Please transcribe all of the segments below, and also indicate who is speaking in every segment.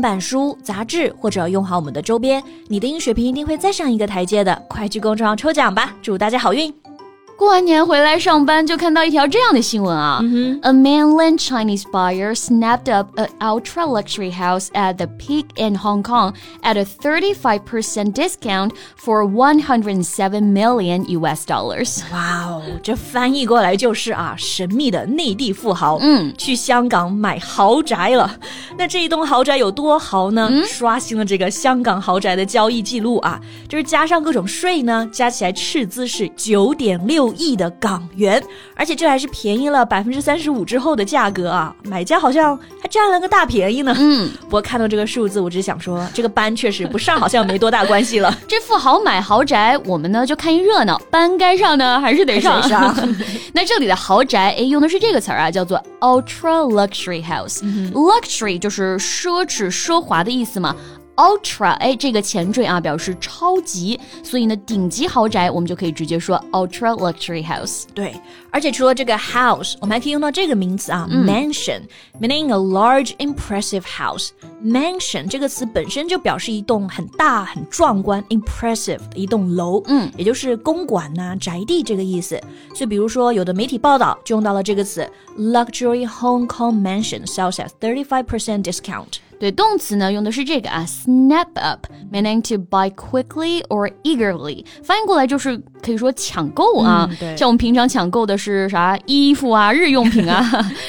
Speaker 1: 版书、杂志，或者用好我们的周边，你的英语水平一定会再上一个台阶的。快去公众号抽奖吧，祝大家好运！
Speaker 2: 过完年回来上班，就看到一条这样的新闻啊。A mainland Chinese buyer snapped up an ultra luxury house at the peak in Hong Kong at a 35% discount for 107 million US dollars.
Speaker 1: 哇哦，这翻译过来就是啊，神秘的内地富豪，嗯，去香港买豪宅了。那这一栋豪宅有多豪呢？刷新了这个香港豪宅的交易记录啊，就是加上各种税呢，加起来斥资是九点六亿的港元，而且这还是便宜了百分之三十五之后的价格啊，买家好像还占了个大便宜呢。嗯，不过看到这个数字，我只想说，这个班确实不上好像没多大关系了。
Speaker 2: 这富豪买豪宅，我们呢就看一热闹，班该上呢还是得上。
Speaker 1: 还是得
Speaker 2: 那这里的豪宅，哎，用的是这个词儿啊，叫做 ultra luxury house。luxury
Speaker 1: 嗯
Speaker 2: 就是奢侈奢华的意思嘛。Ultra，哎，这个前缀啊表示超级，所以呢，顶级豪宅我们就可以直接说 ultra luxury house。
Speaker 1: 对，而且除了这个 house，我们还可以用到这个名词啊、m a n s i o n meaning a large impressive house。mansion 这个词本身就表示一栋很大、很壮观、impressive 的一栋楼，嗯，也就是公馆呐、宅地这个意思。所以，比如说有的媒体报道就用到了这个词，luxury Hong Kong mansion sells at thirty five percent discount。
Speaker 2: 对，动词呢用的是这个啊，snap up，meaning to buy quickly or eagerly，翻译过来就是可以说抢购啊。
Speaker 1: 嗯对
Speaker 2: 像我们平常抢购的是啥衣服啊、日用品 啊，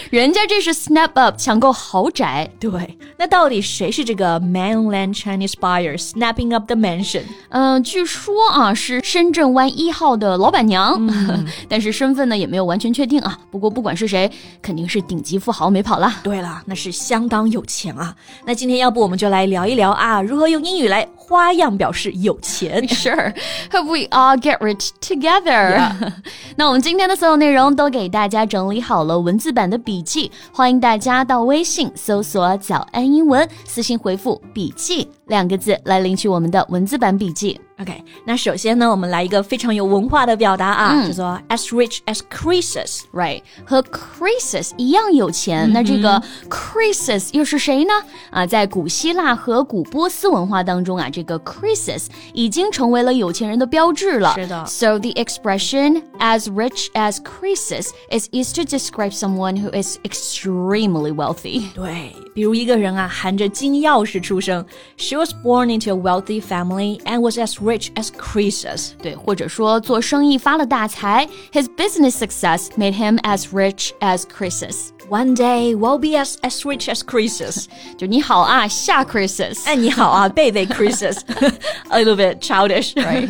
Speaker 2: 人家这是 snap up，抢购豪宅。
Speaker 1: 对，那到底谁是这个 mainland Chinese buyer snapping up the mansion？
Speaker 2: 嗯、据说啊是深圳湾一号的老板娘， 但是身份呢也没有完全确定啊。不过不管是谁，肯定是顶级富豪没跑 啦。？
Speaker 1: 对了，那是相当有钱啊！那今天要不我们就来聊一聊啊，如何用英语来花样表示有钱
Speaker 2: Sure, hope we all get rich together. 那我们今天的所有内容都给大家整理好了文字版的笔记，欢迎大家到微信搜索“早安英文”，私信回复“笔记”两个字来领取我们的文字版笔记。
Speaker 1: OK，那首先呢，我们来一个非常有文化的表达啊，叫做 as rich as Croesus。
Speaker 2: Right，和 Croesus 一样有钱。那这个 Croesus 又是谁呢？啊，在古希腊和古波斯文化当中啊，这个 Croesus 已经成为了有钱人的标志了。
Speaker 1: 是的
Speaker 2: So the expression as rich as Croesus is used to describe someone who is extremely wealthy.
Speaker 1: 对，比如一个人啊，含着金钥匙出生，She was born into a wealthy family and was as rich as Croesus。
Speaker 2: 对，或者说做生意发了大财，His business success made him as rich as Croesus.
Speaker 1: One day we'll be as as rich as Croesus。
Speaker 2: 就你好啊，夏 Croesus。
Speaker 1: 哎，你好啊，贝贝 Croesus，a little bit childish。
Speaker 2: right?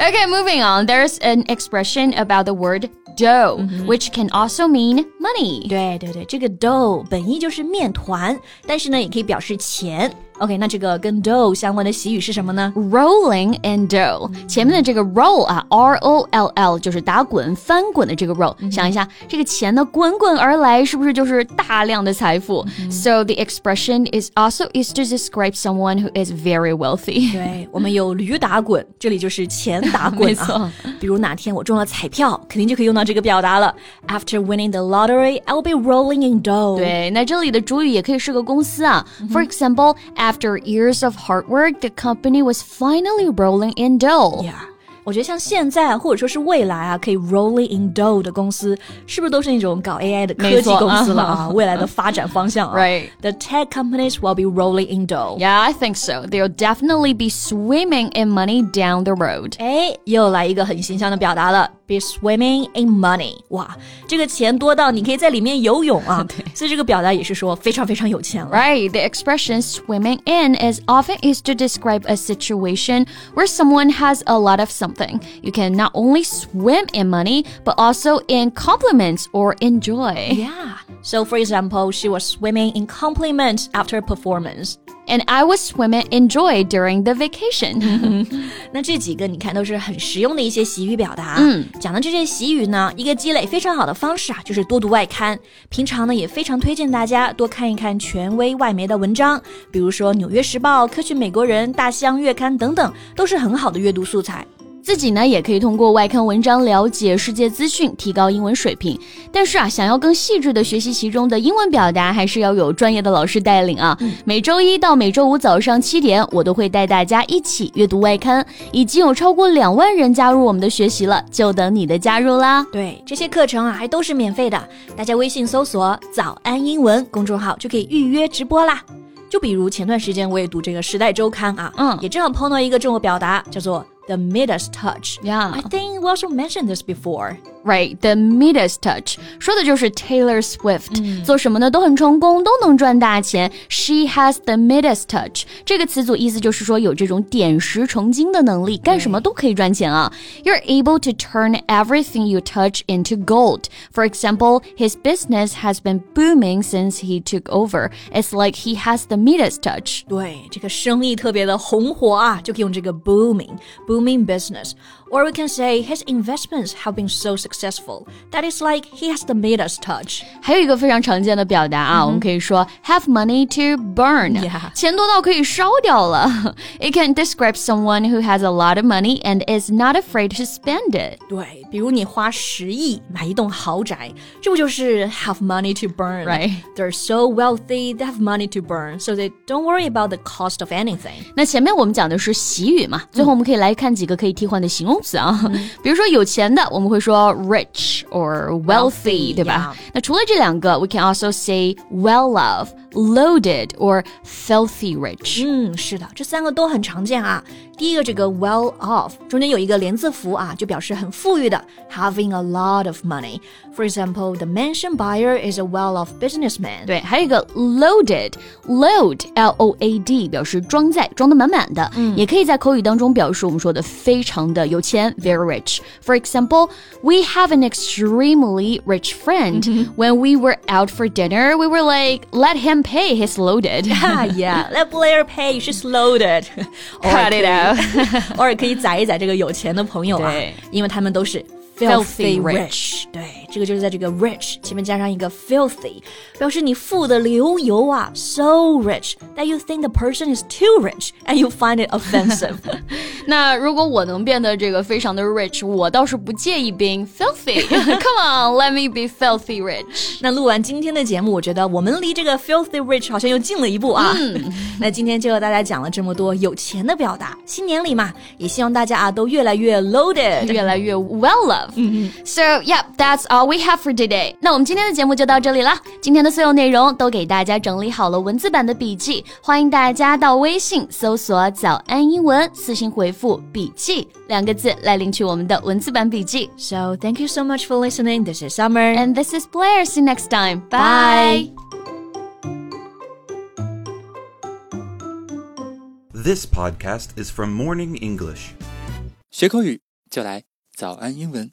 Speaker 2: okay, moving on. There's an expression about the word dough, which can also mean money.
Speaker 1: 对对对，这个 dough 本意就是面团，但是呢，也可以表示钱。OK，那这个跟 dough 相关的习语是什么呢？
Speaker 2: 嗯 Rolling in dough，、前面的这个 roll 啊，R O L L 就是打滚、翻滚的这个 roll、想一下，这个钱呢滚滚而来，是不是就是大量的财富、s o the expression is also used to describe someone who is very wealthy.
Speaker 1: 对我们有驴打滚，这里就是钱 打滚啊。比如哪天我中了彩票，肯定就可以用到这个表达了。After winning the lottery, I'll be rolling in dough。，
Speaker 2: 对，那这里的主语也可以是个公司啊。For example, after years of hard work, the company was finally rolling in dough.
Speaker 1: Yeah，我觉得像现在或者说是未来啊，可以 rolling in dough 的公司，是不是都是那种搞 AI 的科
Speaker 2: 没
Speaker 1: 技
Speaker 2: 错
Speaker 1: 公司了
Speaker 2: 啊
Speaker 1: 啊？未来的发展方向 啊
Speaker 2: Right
Speaker 1: The tech companies will be rolling in dough。
Speaker 2: Yeah, I think so. They'll definitely be swimming in money down the road.
Speaker 1: 哎，又来一个很形象的表达了，be swimming in money。哇，这个钱多到你可以在里面游泳啊！所以这个表达也是说非常非常有钱了。
Speaker 2: Right, the expression swimming in is often used to describe a situation where someone has a lot of something. You can not only swim in money, but also in compliments or enjoy.
Speaker 1: Yeah. So, for example, she was swimming in compliments after performance.
Speaker 2: and Iowa women enjoy during the vacation.
Speaker 1: 那这几个你看都是很实用的一些习语表达。啊
Speaker 2: 嗯，
Speaker 1: 讲的这些习语呢，一个积累非常好的方式啊，就是多读外刊。平常呢，也非常推荐大家多看一看权威外媒的文章，比如说《纽约时报》《科学美国人》《大象月刊》等等，都是很好的阅读素材。
Speaker 2: 自己呢也可以通过外刊文章了解世界资讯，提高英文水平。但是啊，想要更细致的学习其中的英文表达，还是要有专业的老师带领啊。每周一到每周五早上七点，我都会带大家一起阅读外刊，已经有超过两万人加入我们的学习了，就等你的加入啦。
Speaker 1: 对，这些课程啊还都是免费的，大家微信搜索“早安英文”公众号就可以预约直播啦。就比如前段时间我也读这个《时代周刊》啊，
Speaker 2: 嗯
Speaker 1: 也正好碰到一个这种表达，叫做 “the Midas touch”。
Speaker 2: 呀
Speaker 1: I think we also mentioned this before.
Speaker 2: Right, the Midas touch 说的就是 Taylor Swift，、做什么呢都很成功，都能赚大钱。She has the Midas touch 这个词组意思就是说有这种点石成金的能力，干什么都可以赚钱啊。You're able to turn everything you touch into gold. For example, his business has been booming since he took over. It's like he has the Midas touch.
Speaker 1: 对，这个生意特别的红火啊，就可以用这个 booming booming business。Or we can say his investments have been so successful that it's like he has the Midas touch.
Speaker 2: 还有一个非常常见的表达啊，我们可以说 have money to burn，
Speaker 1: Yeah
Speaker 2: 钱多到可以烧掉了。It can describe someone who has a lot of money and is not afraid to spend it。
Speaker 1: 对，比如你花十亿买一栋豪宅，这不就是 have money to burn?
Speaker 2: Right.
Speaker 1: They're so wealthy, they have money to burn, so they don't worry about the cost of anything.
Speaker 2: 那前面我们讲的是习语嘛，最后我们可以来看几个可以替换的形容词啊， 比如说有钱的，我们会说 rich or wealthy，
Speaker 1: Wealthy，
Speaker 2: 对吧？那除了这两个，we can also say well off, loaded or filthy rich。
Speaker 1: 嗯，是的，这三个都很常见啊。第一个这个 well off 中间有一个连字符啊，就表示很富裕的，having a lot of money. For example, the mansion buyer is a well-off businessman.
Speaker 2: 对，还有一个 loaded，load l o a d 表示装载，装的满满的，也可以在口语当中表示我们说的非常的有钱，very rich。For example, we have an extremely rich friend. When we were out for dinner, we were like, let him pay. He's loaded.
Speaker 1: Ah, yeah, that player pay, she's loaded.
Speaker 2: Cut it out.
Speaker 1: 偶尔可以宰一宰这个有钱的朋友啊
Speaker 2: 对，
Speaker 1: 因为他们都是
Speaker 2: Filthy
Speaker 1: filthy
Speaker 2: rich
Speaker 1: rich。对，这个就是在这个 rich 前面加上一个 filthy，表示你富的流油啊，so rich that you think the person is too rich and you find it offensive。
Speaker 2: 那如果我能变得这个非常的 rich，我倒是不介意 being filthy. Come on, let me be filthy rich.
Speaker 1: 那录完今天的节目，我觉得我们离这个 filthy rich 好像又近了一步啊。
Speaker 2: 嗯
Speaker 1: 那今天就和大家讲了这么多有钱的表达，新年里嘛，也希望大家啊都越来越 loaded。
Speaker 2: 越来越 well loved. So yep, that's all we have for today. 那我们今天的节目就到这里啦。今天的所有内容都给大家整理好了文字版的笔记，欢迎大家到微信搜索“早安英文”，私信回复“笔记”两个字来领取我们的文字版笔记。
Speaker 1: So thank you so much for listening. This is Summer.
Speaker 2: And this is Blair. See you next time. Bye.
Speaker 1: Bye.
Speaker 3: This podcast is from Morning English.
Speaker 4: 学口语就来早安英文。